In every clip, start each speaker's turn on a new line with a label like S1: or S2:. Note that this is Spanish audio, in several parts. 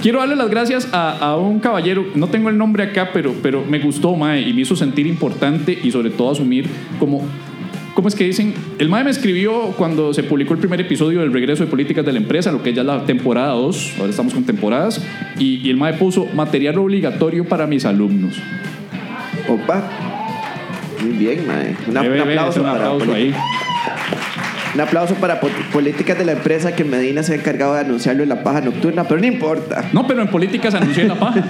S1: Quiero darle las gracias a, a un caballero, no tengo el nombre acá, pero, pero me gustó, Mae, y me hizo sentir importante y sobre todo asumir como... ¿Cómo es que dicen? El Mae me escribió cuando se publicó el primer episodio del regreso de políticas de la empresa, lo que ya es la temporada 2, ahora estamos con temporadas, y, y el Mae puso material obligatorio para mis alumnos.
S2: Opa. Muy bien, mae. Una-
S1: Ve,
S2: Un,
S1: ve, ve,
S2: aplauso
S1: es un
S2: para
S1: aplauso ahí.
S2: Un aplauso para po- políticas de la empresa que Medina se ha encargado de anunciarlo en la paja nocturna, pero no importa.
S1: No, pero en políticas anuncié la paja.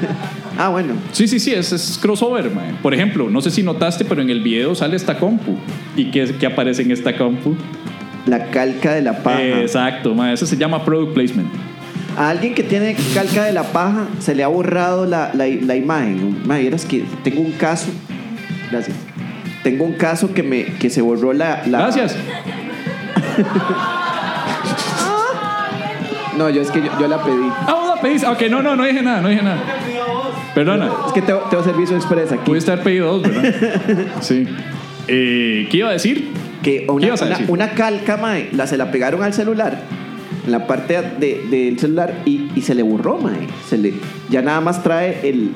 S2: Ah, bueno.
S1: Sí, sí, sí, ese es crossover, mae. Por ejemplo, no sé si notaste, pero en el video sale esta compu. ¿Y qué, qué aparece en esta compu?
S2: La calca de la paja.
S1: Exacto, mae. Eso se llama product placement.
S2: A alguien que tiene calca de la paja se le ha borrado la, la- la imagen. Mae, vieras que tengo un caso. Gracias. Tengo un caso que me que se borró la, la-
S1: Gracias.
S2: No, yo es que yo, yo la pedí.
S1: Ah, vos la pedís. Ok, no, no, no dije nada, no dije nada. Perdona,
S2: Es que tengo, tengo servicio express aquí.
S1: pude estar pedido dos, ¿verdad? Sí. Eh, ¿Qué iba a decir?
S2: que
S1: ¿Qué
S2: una,
S1: ibas a
S2: una,
S1: decir?
S2: una calca, mae, la, se la pegaron al celular, en la parte de- del celular, y, y se le borró, mae. Se le, ya nada más trae el,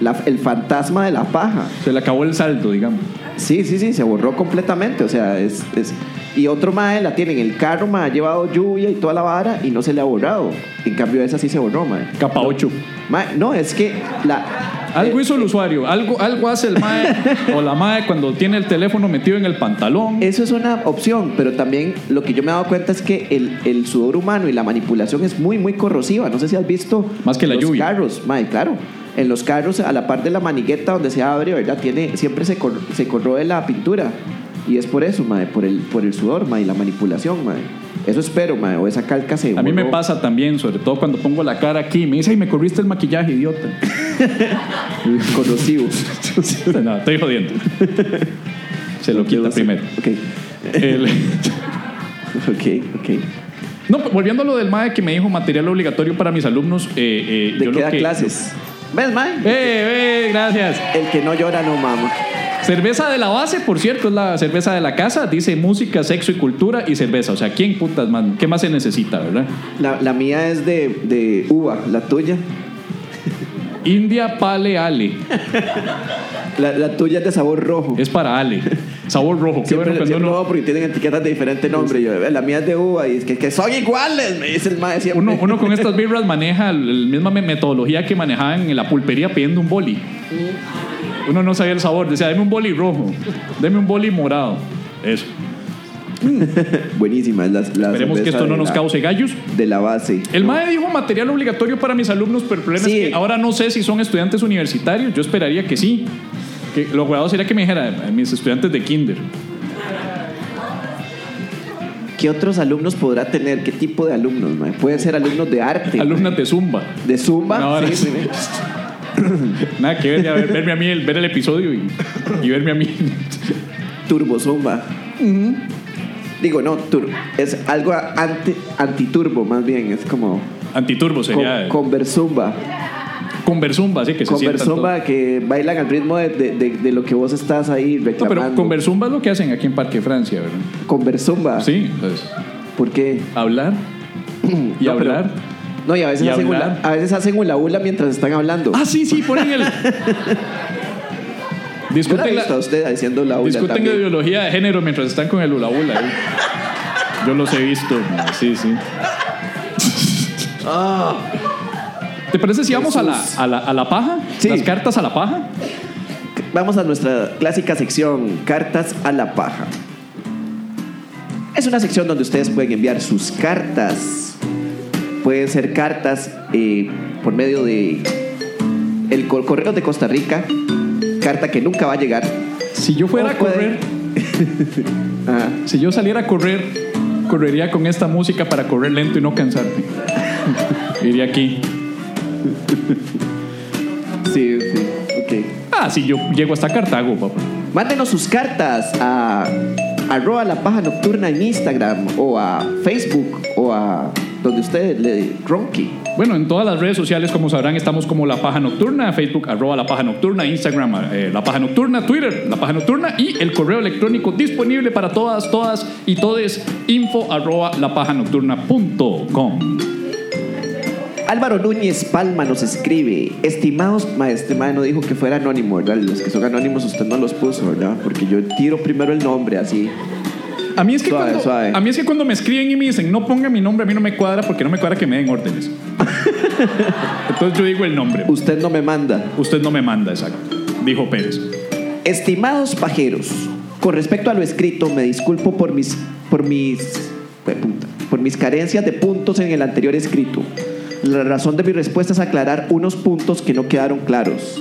S2: la- el fantasma de la paja.
S1: Se le acabó el salto, digamos.
S2: Sí, sí, sí, se borró completamente. O sea, es. es- y otro mae la tiene en el carro, mae, ha llevado lluvia y toda la vara y no se le ha borrado. En cambio, esa sí se borró, mae.
S1: Capa 8.
S2: Mae, no, es que la.
S1: Algo hizo el usuario, algo, algo hace el mae o la mae cuando tiene el teléfono metido en el pantalón.
S2: Eso es una opción, pero también lo que yo me he dado cuenta es que el, el sudor humano y la manipulación es muy, muy corrosiva. No sé si has visto.
S1: Más que la
S2: los
S1: lluvia.
S2: carros, mae, claro. En los carros, a la par de la manigueta donde se abre, ¿verdad? Tiene, siempre se, cor- se corroe la pintura. Y es por eso, mae, por el, por el sudor, mae, y la manipulación, mae. Eso espero, mae, o esa calca se.
S1: A mí me
S2: borró.
S1: pasa también, sobre todo cuando pongo la cara aquí y me dice, ay, me corriste el maquillaje, idiota.
S2: Corrosivo.
S1: no, estoy jodiendo. Se lo quita primero.
S2: ok,
S1: El-
S2: ok, ok.
S1: No, pues, volviendo a lo del MAE que me dijo material obligatorio para mis alumnos. Eh, eh,
S2: ¿De
S1: yo
S2: qué
S1: lo
S2: da
S1: que-
S2: clases? ¿Ves, mae?
S1: ¡Eh, eh, gracias!
S2: El que no llora no mama.
S1: Cerveza de la base, por cierto, es la cerveza de la casa. Dice música, sexo y cultura y cerveza. O sea, ¿quién putas más? ¿Qué más se necesita, verdad?
S2: La, la mía es de, de uva, la tuya.
S1: India Pale Ale.
S2: La, la tuya es de sabor rojo.
S1: Es para Ale. Sabor rojo. Qué
S2: siempre
S1: bueno cuando
S2: siempre
S1: uno-
S2: rojo porque tienen etiquetas de diferente nombre. Yo, la mía es de uva y es que, que son iguales, me dice el mae siempre.
S1: Uno, uno con estas birras maneja la misma me- metodología que manejaban en la pulpería pidiendo un boli. Uno no sabía el sabor. Decía, deme un boli rojo, deme un boli morado. Eso.
S2: Buenísima, es la, la
S1: Esperemos que
S2: cerveza
S1: esto no
S2: de
S1: nos
S2: la-
S1: cause gallos.
S2: De la base.
S1: El MAE dijo material obligatorio para mis alumnos, pero el problema
S2: Sí.
S1: es que ahora no sé si son estudiantes universitarios. Yo esperaría que sí. Que lo jugado sería que me dijera, "Eh, mis estudiantes de kinder.
S2: ¿Qué otros alumnos podrá tener? ¿Qué tipo de alumnos, mae? Pueden ser alumnos de arte.
S1: Alumnas de Zumba.
S2: De Zumba.
S1: No, ahora
S2: sí,
S1: sí.
S2: primero.
S1: Nada que ver, ya ver- verme a mí, el- ver el episodio y, y verme a mí.
S2: Turbo Zumba. Digo, no, tur- es algo anti, antiturbo, más bien. Es como
S1: Antiturbo sería.
S2: con, conversumba.
S1: Conversumba, así que se sientan todos.
S2: Conversumba que bailan al ritmo de, de- de- de lo que vos estás ahí
S1: No, pero
S2: reclamando.
S1: conversumba es lo que hacen aquí en Parque Francia, ¿verdad?
S2: Conversumba.
S1: Sí, entonces,
S2: ¿Por qué?
S1: hablar y
S2: No, pero-
S1: hablar.
S2: No, y a veces,
S1: ¿Y
S2: hacen
S1: hablar?
S2: hula, a veces hacen hula hula mientras están hablando.
S1: Ah, sí, sí, ponen el.
S2: Yo la he
S1: discuten
S2: visto a
S1: la,
S2: usted haciendo hula hula
S1: discuten
S2: también.
S1: ideología de género mientras están con el hula hula. ¿eh? Yo los he visto, ma, sí, sí. ¿Te parece si vamos a la,
S2: Ah. Jesús.
S1: a, la, a la paja?
S2: Sí.
S1: Las cartas a la paja.
S2: Vamos a nuestra clásica sección, cartas a la paja. Es una sección donde ustedes pueden enviar sus cartas. Pueden ser cartas eh, por medio de el cor- correo de Costa Rica, carta que nunca va a llegar.
S1: Si yo fuera
S2: O
S1: a
S2: puede-
S1: correr,
S2: Ajá.
S1: si yo saliera a correr correría con esta música para correr lento y no cansarte. Iría aquí.
S2: Sí, sí. Ok.
S1: Ah, sí, yo llego hasta Cartago, papá.
S2: Mándenos sus cartas a arroba la paja nocturna en Instagram o a Facebook o a donde ustedes le ronqui.
S1: Bueno, en todas las redes sociales, como sabrán, estamos como La Paja Nocturna, Facebook, arroba La Paja Nocturna, Instagram, eh, La Paja Nocturna, Twitter, La Paja Nocturna y el correo electrónico disponible para todas, todas y todes, info arroba lapajanocturna.com.
S2: Álvaro Núñez Palma nos escribe, estimados maestros, no dijo que fuera anónimo, ¿verdad? Los que son anónimos usted no los puso, ¿verdad? Porque yo tiro primero el nombre así.
S1: A mí, es que
S2: Suave,
S1: cuando,
S2: suave.
S1: a mí es que cuando me escriben y me dicen no ponga mi nombre, a mí no me cuadra porque no me cuadra que me den órdenes. Entonces yo digo el nombre.
S2: Usted no me manda.
S1: Usted no me manda, exacto. Dijo Pérez.
S2: Estimados pajeros, con respecto a lo escrito, me disculpo por mis por mis jue- puta, por mis carencias de puntos en el anterior escrito. La razón de mi respuesta es aclarar unos puntos que no quedaron claros.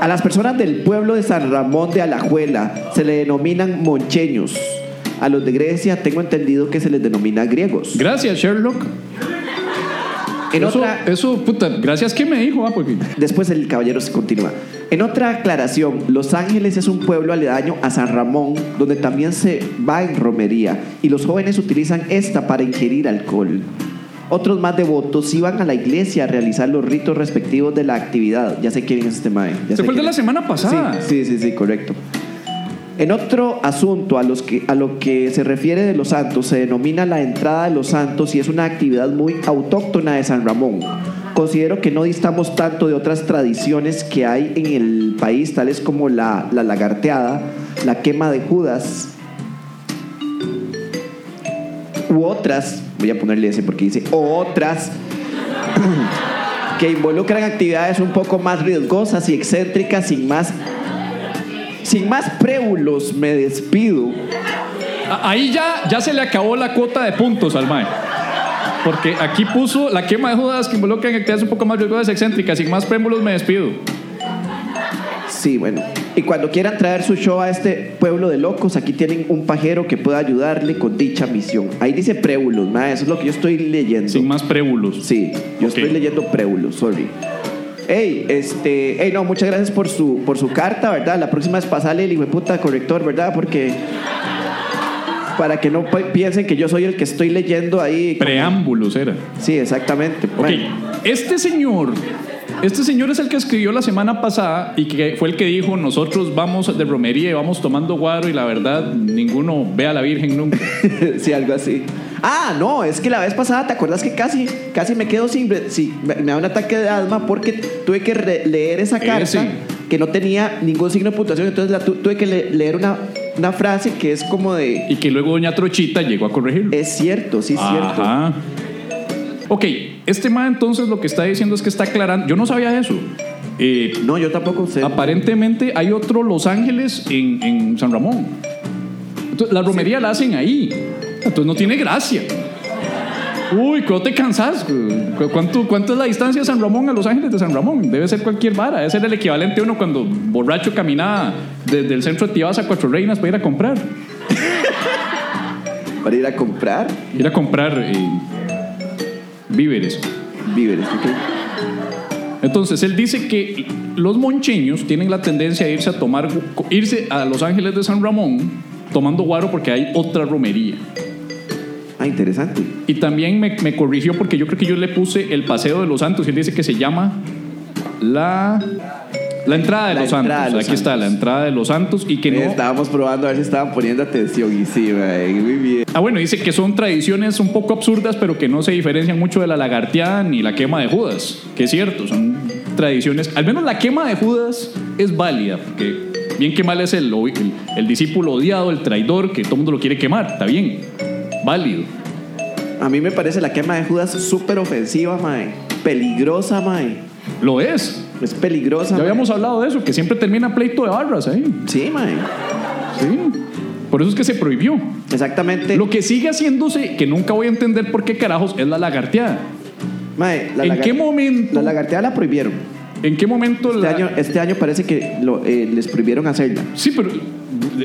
S2: A las personas del pueblo de San Ramón de Alajuela se le denominan moncheños. A los de Grecia tengo entendido que se les denomina griegos.
S1: Gracias, Sherlock.
S2: En
S1: eso,
S2: otra-
S1: eso, puta, gracias que me dijo, ah, porque.
S2: Después el caballero se continúa. En otra aclaración, Los Ángeles es un pueblo aledaño a San Ramón, donde también se va en romería y los jóvenes utilizan esta para ingerir alcohol. Otros más devotos iban a la iglesia a realizar los ritos respectivos de la actividad. Ya sé quién es este mae. ya
S1: Se
S2: sé
S1: fue el
S2: quién
S1: de la
S2: es.
S1: semana pasada.
S2: Sí, sí, sí, sí, correcto. En otro asunto a, los que, a lo que se refiere de los santos, se denomina la entrada de los santos y es una actividad muy autóctona de San Ramón. Considero que no distamos tanto de otras tradiciones que hay en el país, tales como la, la lagarteada, la quema de Judas u otras, voy a ponerle ese porque dice, o otras que involucran actividades un poco más riesgosas y excéntricas sin más sin más prévulos me despido
S1: A- Ahí ya, ya se le acabó la cuota de puntos al MAE. Porque aquí puso la quema de Judas que involucran actividades un poco más riesgosas excéntricas. Sin más prémbulos, me despido.
S2: sí bueno y cuando quieran traer su show a este pueblo de locos aquí tienen un pajero que pueda ayudarle con dicha misión ahí dice prévulos ma, eso es lo que yo estoy leyendo
S1: Sin más prémbulos.
S2: Sí, yo
S1: Ok.
S2: estoy leyendo Preulo, sorry. Ey, este, ey, no, muchas gracias por su, por su carta, ¿verdad? La próxima es pasarle el hijo de puta corrector, ¿verdad? Porque para que no pi- piensen que yo soy el que estoy leyendo ahí.
S1: Preámbulos era.
S2: Sí, exactamente.
S1: Ok,
S2: Bueno,
S1: este señor, este señor es el que escribió la semana pasada y que fue el que dijo, nosotros vamos de romería y vamos tomando guaro y la verdad, ninguno ve a la Virgen nunca.
S2: sí, algo así. Ah, no, es que la vez pasada, ¿te acuerdas que casi, casi me quedo sin, re- sí, me, me da un ataque de asma porque tuve que re- leer esa carta
S1: Ese.
S2: que no tenía ningún signo de puntuación, entonces la tu- tuve que le- leer una, una frase que es como de
S1: Y que luego doña Trochita llegó a corregirlo.
S2: Es cierto, sí, es cierto.
S1: Ajá. Ok, este ma entonces lo que está diciendo es que está aclarando, yo no sabía eso. Eh,
S2: No, yo tampoco sé.
S1: aparentemente hay otro Los Ángeles en, en San Ramón. Entonces, la romería la hacen ahí. Entonces no tiene gracia. Uy, ¿cuándo te cansas? ¿Cu- ¿Cuánto, ¿Cuánto es la distancia de San Ramón a Los Ángeles de San Ramón? Debe ser cualquier vara. Debe ser el equivalente a uno cuando borracho caminaba desde el centro de Tibás a Cuatro Reinas para ir a comprar.
S2: Para ir a comprar
S1: Ir a comprar eh, víveres.
S2: víveres, ¿ok?
S1: Entonces, él dice que los moncheños tienen la tendencia a irse a tomar, irse a Los Ángeles de San Ramón tomando guaro porque hay otra romería.
S2: Ah, interesante.
S1: Y también me, me corrigió porque yo creo que yo le puse el Paseo de los Santos y él dice que se llama la, la Entrada de
S2: La
S1: los
S2: Entrada de
S1: Santos.
S2: los
S1: Aquí está, la
S2: Santos.
S1: Entrada de los Santos y que no...
S2: Eh, Estábamos probando a ver si estaban poniendo atención y sí, mae, muy bien.
S1: Ah, bueno, dice que son tradiciones un poco absurdas, pero que no se diferencian mucho de la lagarteada ni la quema de Judas. Que es cierto, son tradiciones. Al menos la quema de Judas es válida, porque bien que mal es el, obi- el, el discípulo odiado, el traidor, que todo el mundo lo quiere quemar. Está bien, válido.
S2: A mí me parece la quema de Judas súper ofensiva, mae. Peligrosa, mae.
S1: Lo es.
S2: Es peligrosa.
S1: Ya
S2: mae.
S1: habíamos hablado de eso, que siempre termina pleito de barras ahí.
S2: Sí, mae.
S1: Sí. Por eso es que se prohibió.
S2: Exactamente.
S1: Lo que sigue haciéndose, que nunca voy a entender por qué carajos, es la lagarteada.
S2: Mae, la
S1: ¿En
S2: lagar-
S1: qué momento?
S2: La lagarteada la prohibieron.
S1: ¿En qué momento
S2: Este,
S1: la,
S2: año, este año parece que lo, eh, les prohibieron hacerla.
S1: Sí, pero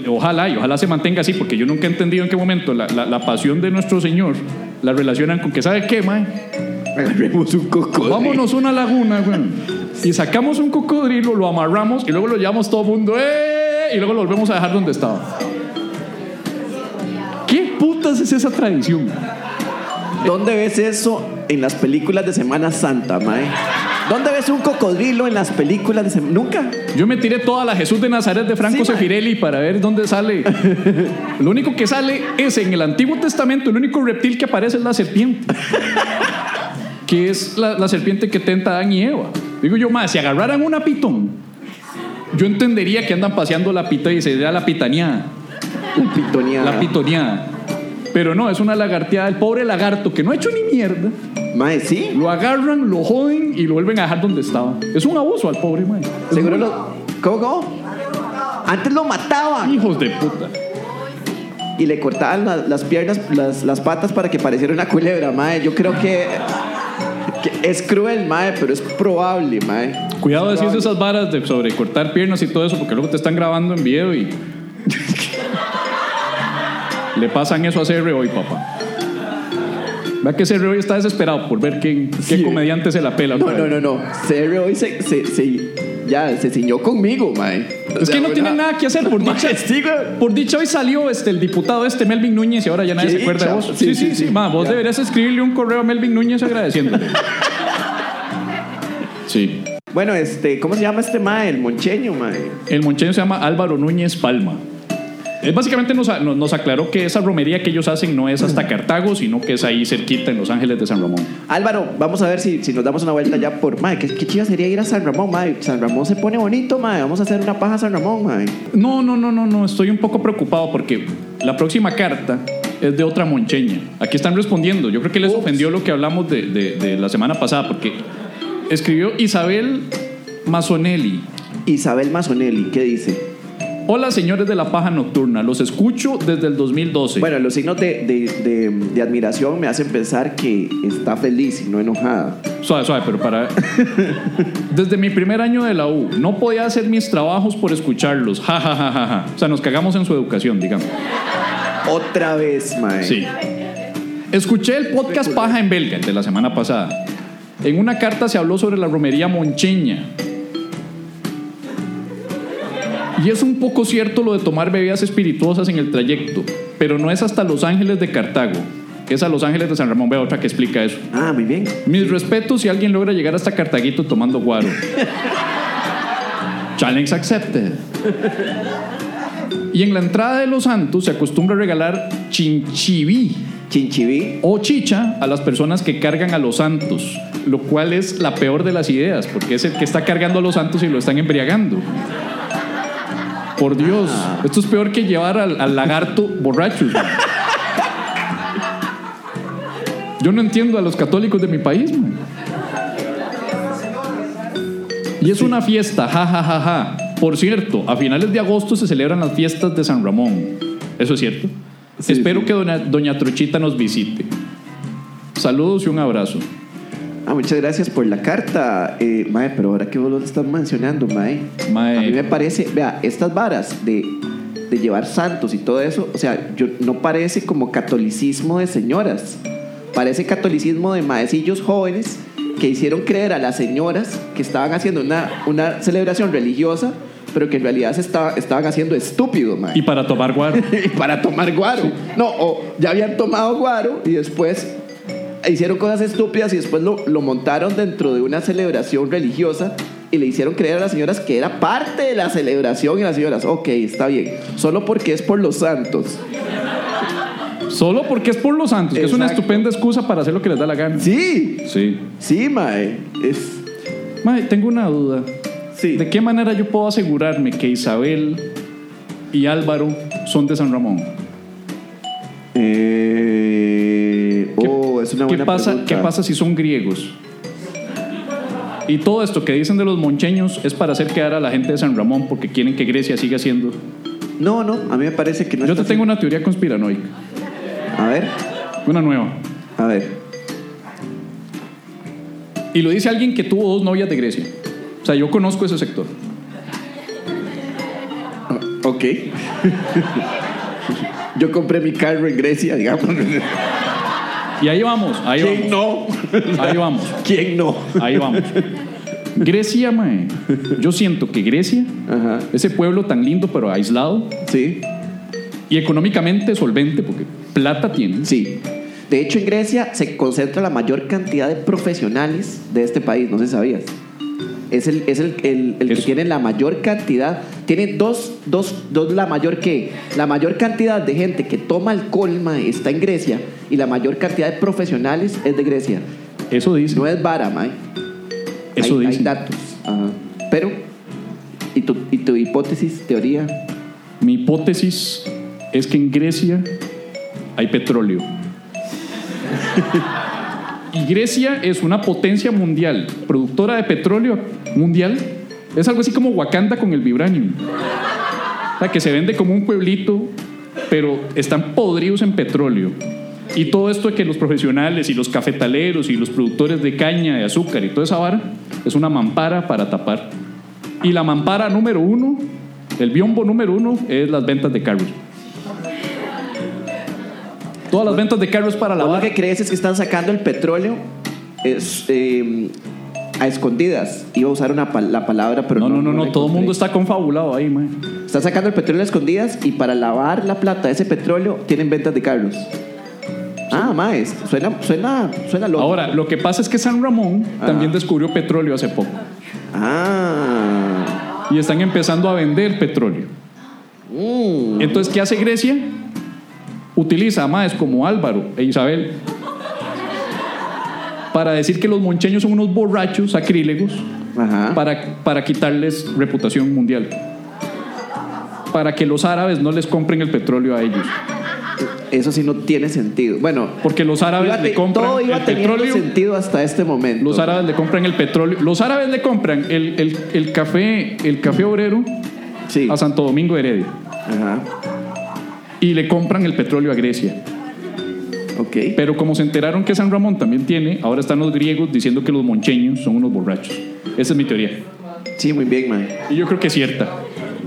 S1: ojalá y ojalá se mantenga así, porque yo nunca he entendido en qué momento la, la- la pasión de nuestro Señor la relacionan con que, ¿sabe qué, mae?
S2: Agarremos un coco.
S1: Vámonos a una laguna, güey. Y sacamos un cocodrilo, lo amarramos y luego lo llevamos todo el mundo. ¡eh! Y luego lo volvemos a dejar donde estaba. ¿Qué putas es esa tradición?
S2: ¿Dónde ves eso en las películas de Semana Santa, mae? ¿Dónde ves un cocodrilo en las películas de Semana Nunca.
S1: Yo me tiré toda la Jesús de Nazaret de Franco
S2: Sí, man.
S1: Sefirelli para ver dónde sale. lo único que sale es en el Antiguo Testamento, el único reptil que aparece es la serpiente. que es la, la serpiente que tenta a Adán y Eva. Digo yo, más, si agarraran una pitón, yo entendería que andan paseando la pita y se da la pitaneada.
S2: La pitoneada.
S1: La pitoneada. Pero no, es una lagarteada. El pobre lagarto que no ha hecho ni mierda,
S2: Mae, sí.
S1: lo agarran, lo joden y lo vuelven a dejar donde estaba. Es un abuso al pobre, man.
S2: Seguro lo. ¿Cómo, cómo? Antes lo mataban
S1: Hijos de puta.
S2: y le cortaban la- las piernas, las, las patas para que pareciera una culebra, mae. Yo creo que, que es cruel, mae, pero es probable, mae.
S1: Cuidado decís esas varas de sobre cortar piernas y todo eso, porque luego te están grabando en video y. Le pasan eso a CR hoy, papá. Vea que CR hoy está desesperado por ver quién, qué
S2: Sí.
S1: comediante se la pela.
S2: No,
S1: otra
S2: no,
S1: vez.
S2: no, no. Serio, hoy se, se, se- ya se ciñó conmigo, mae.
S1: Es que no tiene nada que hacer, por dicha. Por dicho, hoy salió este, el diputado este Melvin Núñez y ahora ya nadie
S2: Sí,
S1: se acuerda de
S2: chao.
S1: vos. Sí, sí, sí. Ma, vos
S2: Ya.
S1: deberías escribirle un correo a Melvin Núñez agradeciéndole. sí.
S2: Bueno, este, ¿cómo se llama este mae? El moncheño, mae.
S1: El moncheño se llama Álvaro Núñez Palma. Él básicamente nos, nos- nos aclaró que esa romería que ellos hacen no es hasta Cartago, sino que es ahí cerquita en Los Ángeles de San Ramón.
S2: Álvaro, vamos a ver si, si nos damos una vuelta ya por. Mae, qué, qué chiva sería ir a San Ramón, mae. San Ramón se pone bonito, mae. Vamos a hacer una paja a San Ramón, mae.
S1: No, no, no, no, no, estoy un poco preocupado porque la próxima carta es de otra moncheña. Aquí están respondiendo. Yo creo que les ofendió lo que hablamos de, de- de la semana pasada porque escribió Isabel Masonelli.
S2: Isabel Masonelli, ¿qué dice?
S1: Hola señores de la paja nocturna, los escucho desde el 2012.
S2: Bueno, los signos de, de- de- de admiración me hacen pensar que está feliz y no enojada.
S1: Suave, suave, pero para. Desde mi primer año de la U, no podía hacer mis trabajos por escucharlos. Ja, ja, ja, ja, ja. O sea, nos cagamos en su educación, digamos.
S2: Otra vez, mae.
S1: Sí. Escuché el podcast Paja en Belga, el de la semana pasada. En una carta se habló sobre la romería moncheña. Y es un poco cierto lo de tomar bebidas espirituosas en el trayecto, pero no es hasta Los Ángeles de Cartago. Es a Los Ángeles de San Ramón. Vea otra que explica eso.
S2: Ah, muy bien.
S1: Mis respetos si alguien logra llegar hasta Cartaguito tomando guaro. Challenge accepted. Y en la entrada de Los Santos se acostumbra a regalar chinchibí
S2: Chinchibí.
S1: o chicha a las personas que cargan a los santos, lo cual es la peor de las ideas, porque es el que está cargando a los santos y lo están embriagando. Por Dios,
S2: Ah.
S1: esto es peor que llevar al, al lagarto borracho. man. Yo no entiendo a los católicos de mi país. man. Y es una fiesta, ja, ja, ja, ja. Por cierto, a finales de agosto se celebran las fiestas de San Ramón. ¿Eso es cierto?
S2: Sí,
S1: Espero
S2: sí.
S1: que doña, doña Truchita nos visite. Saludos y un abrazo.
S2: Ah, muchas gracias por la carta. Eh, mae, pero ahora que vos lo estás mencionando, mae.
S1: Mae.
S2: A mí me parece, vea, estas varas de, de llevar santos y todo eso, o sea, yo, no parece como catolicismo de señoras. Parece catolicismo de maecillos jóvenes que hicieron creer a las señoras que estaban haciendo una, una celebración religiosa, pero que en realidad se estaba, estaban haciendo estúpidos, mae.
S1: Y para tomar guaro.
S2: Y para tomar guaro. No, o ya habían tomado guaro y después hicieron cosas estúpidas y después lo, lo montaron dentro de una celebración religiosa y le hicieron creer a las señoras que era parte de la celebración y las señoras, ok, está bien, solo porque es por los santos.
S1: Solo porque es por los santos, que es una
S2: Exacto.
S1: estupenda excusa para hacer lo que les da la gana.
S2: Sí,
S1: Sí.
S2: sí, mae. Es,
S1: Mae, tengo una duda.
S2: sí.
S1: ¿De qué manera yo puedo asegurarme que Isabel y Álvaro son de San Ramón?
S2: Eh, oh, es una
S1: ¿Qué
S2: buena
S1: pasa,
S2: pregunta.
S1: ¿Qué pasa si son griegos? Y todo esto que dicen de los moncheños es para hacer quedar a la gente de San Ramón porque quieren que Grecia siga siendo.
S2: No, no, a mí me parece que no
S1: Yo te
S2: está
S1: tengo una teoría conspiranoica,
S2: así. A ver,
S1: una nueva.
S2: a ver.
S1: Y lo dice alguien que tuvo dos novias de Grecia. O sea, yo conozco ese sector.
S2: Ok. Yo compré mi carro en Grecia, digamos.
S1: Y ahí vamos, ahí
S2: ¿Quién
S1: vamos.
S2: no?
S1: Ahí vamos,
S2: ¿Quién no?
S1: ahí vamos. Grecia, mae. Yo siento que Grecia,
S2: Ajá.
S1: ese pueblo tan lindo pero aislado
S2: Sí,
S1: y económicamente solvente, porque plata tiene.
S2: sí. De hecho, en Grecia se concentra la mayor cantidad de profesionales de este país, no sé si sabías. Es el, es el, el- el que
S1: Es-
S2: tiene la mayor cantidad, tiene dos, dos, dos, la mayor que, la mayor cantidad de gente que toma alcohol, mae, está en Grecia, y la mayor cantidad de profesionales es de Grecia.
S1: Eso dice.
S2: No es vara, mae.
S1: Eso
S2: hay, hay
S1: dice.
S2: datos. Ajá. Pero, ¿y tu, ¿y tu hipótesis, teoría?
S1: Mi hipótesis es que en Grecia hay petróleo. y Grecia es una potencia mundial, productora de petróleo mundial. Es algo así como Wakanda con el vibranium. O sea, que se vende como un pueblito, pero están podridos en petróleo. Y todo esto de que los profesionales y los cafetaleros y los productores de caña, de azúcar y toda esa vara es una mampara para tapar. Y la mampara número uno, el biombo número uno, es las ventas de carros. Todas las ventas de carros para la
S2: Lo
S1: vara.
S2: que crees es que están sacando el petróleo es, eh, a escondidas. Iba a usar una pal- la palabra, pero
S1: No,
S2: no.
S1: no, no, no,
S2: la
S1: todo el
S2: encontré.
S1: mundo está confabulado ahí, man.
S2: Están sacando el petróleo a escondidas y para lavar la plata de ese petróleo tienen ventas de carros. Ah, maes, suena, suena, suena loco.
S1: Ahora, lo que pasa es que San Ramón
S2: Ajá.
S1: también descubrió petróleo hace poco
S2: Ah.
S1: y están empezando a vender petróleo.
S2: Mm.
S1: Entonces, ¿qué hace Grecia? Utiliza a Maes como Álvaro e Isabel para decir que los moncheños son unos borrachos sacrílegos
S2: Mm. Ajá.
S1: para, para quitarles reputación mundial. Para que los árabes no les compren el petróleo a ellos.
S2: Eso sí no tiene sentido. Bueno,
S1: Porque los árabes
S2: iba
S1: le
S2: te-
S1: compran
S2: todo iba
S1: el
S2: teniendo
S1: petróleo.
S2: sentido hasta este momento.
S1: Los árabes le compran el petróleo. Los árabes le compran el, el- el café, el café obrero
S2: Sí.
S1: a Santo Domingo de Heredia.
S2: Ajá.
S1: Y le compran el petróleo a Grecia.
S2: Ok.
S1: Pero como se enteraron que San Ramón también tiene, ahora están los griegos diciendo que los moncheños son unos borrachos. Esa es mi teoría.
S2: Sí, muy bien, man.
S1: Y yo creo que es cierta.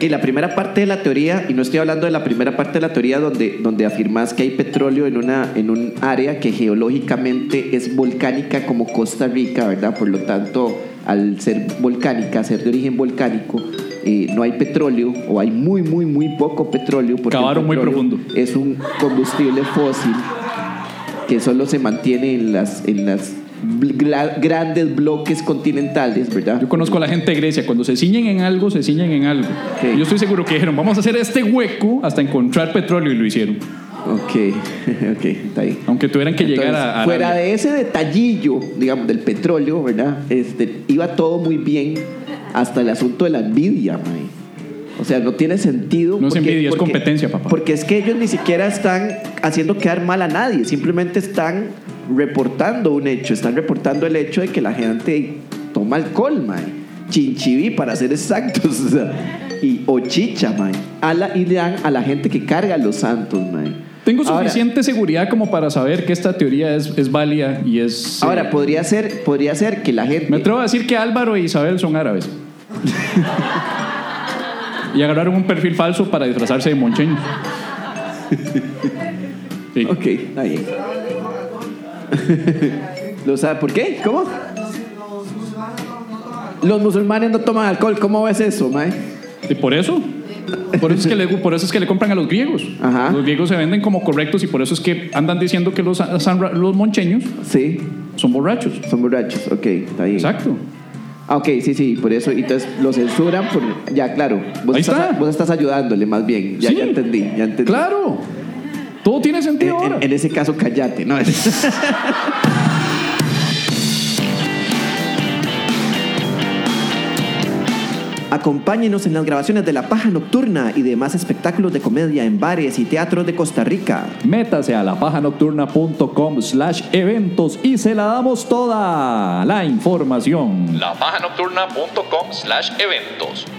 S2: Y la primera parte de la teoría, y no estoy hablando de la primera parte de la teoría donde, donde afirmas que hay petróleo en, una, en un área que geológicamente es volcánica como Costa Rica, ¿verdad? Por lo tanto, al ser volcánica, ser de origen volcánico, eh, no hay petróleo o hay muy, muy, muy poco petróleo. Porque el
S1: Cavaron muy
S2: petróleo
S1: profundo.
S2: Es un combustible fósil que solo se mantiene en las... En las bl- gla- grandes bloques continentales, ¿verdad?
S1: Yo conozco a la gente de Grecia, cuando se ciñen en algo, se ciñen en algo.
S2: Ok.
S1: Y Yo estoy seguro que dijeron, vamos a hacer este hueco hasta encontrar petróleo y lo hicieron.
S2: Ok, ok, tá está bien.
S1: Aunque tuvieran que llegar
S2: Entonces,
S1: a... a
S2: fuera
S1: Arabia.
S2: de ese detallillo, digamos, del petróleo, ¿verdad? Este, iba todo muy bien hasta el asunto de la envidia, mae. O sea, no tiene sentido.
S1: No es envidia, es competencia, papá.
S2: Porque es que ellos ni siquiera están haciendo quedar mal a nadie, simplemente están reportando un hecho, están reportando el hecho de que la gente toma alcohol, mae. Chinchiví, para ser exactos. o sea, y, o chicha, mae. A la- y le dan a la gente que carga los santos, mae.
S1: Tengo
S2: Ahora-
S1: suficiente seguridad como para saber que esta teoría es, es válida y es... eh,
S2: Ahora, podría ser, podría ser que la gente.
S1: Me atrevo a decir que Álvaro e Isabel son árabes. y agarraron un perfil falso para disfrazarse de moncheños. Sí.
S2: Ok, está bien. ¿Lo sabe por qué? ¿Cómo? Los musulmanes no toman alcohol, ¿cómo ves eso, mae?
S1: ¿Y por eso? Por eso, es que le, por eso es que le compran a los griegos.
S2: Ajá.
S1: Los griegos se venden como correctos y por eso es que andan diciendo que los, san- los moncheños
S2: Sí,
S1: son borrachos.
S2: son borrachos, ok, está bien.
S1: Exacto.
S2: Ah, ok, sí, sí, por eso, entonces lo censuran por. Ya, claro. Vos,
S1: Ahí
S2: estás,
S1: está.
S2: vos estás ayudándole más bien. Ya,
S1: Sí.
S2: ya entendí, ya entendí.
S1: Claro. Todo tiene
S2: En,
S1: sentido ahora.
S2: en- en ese caso, callate, ¿no? Acompáñenos en las grabaciones de La Paja Nocturna y demás espectáculos de comedia en bares y teatros de Costa Rica.
S1: Métase a lapajanocturna.com slash eventos y se la damos toda la información.
S3: lapajanocturna.com slash eventos.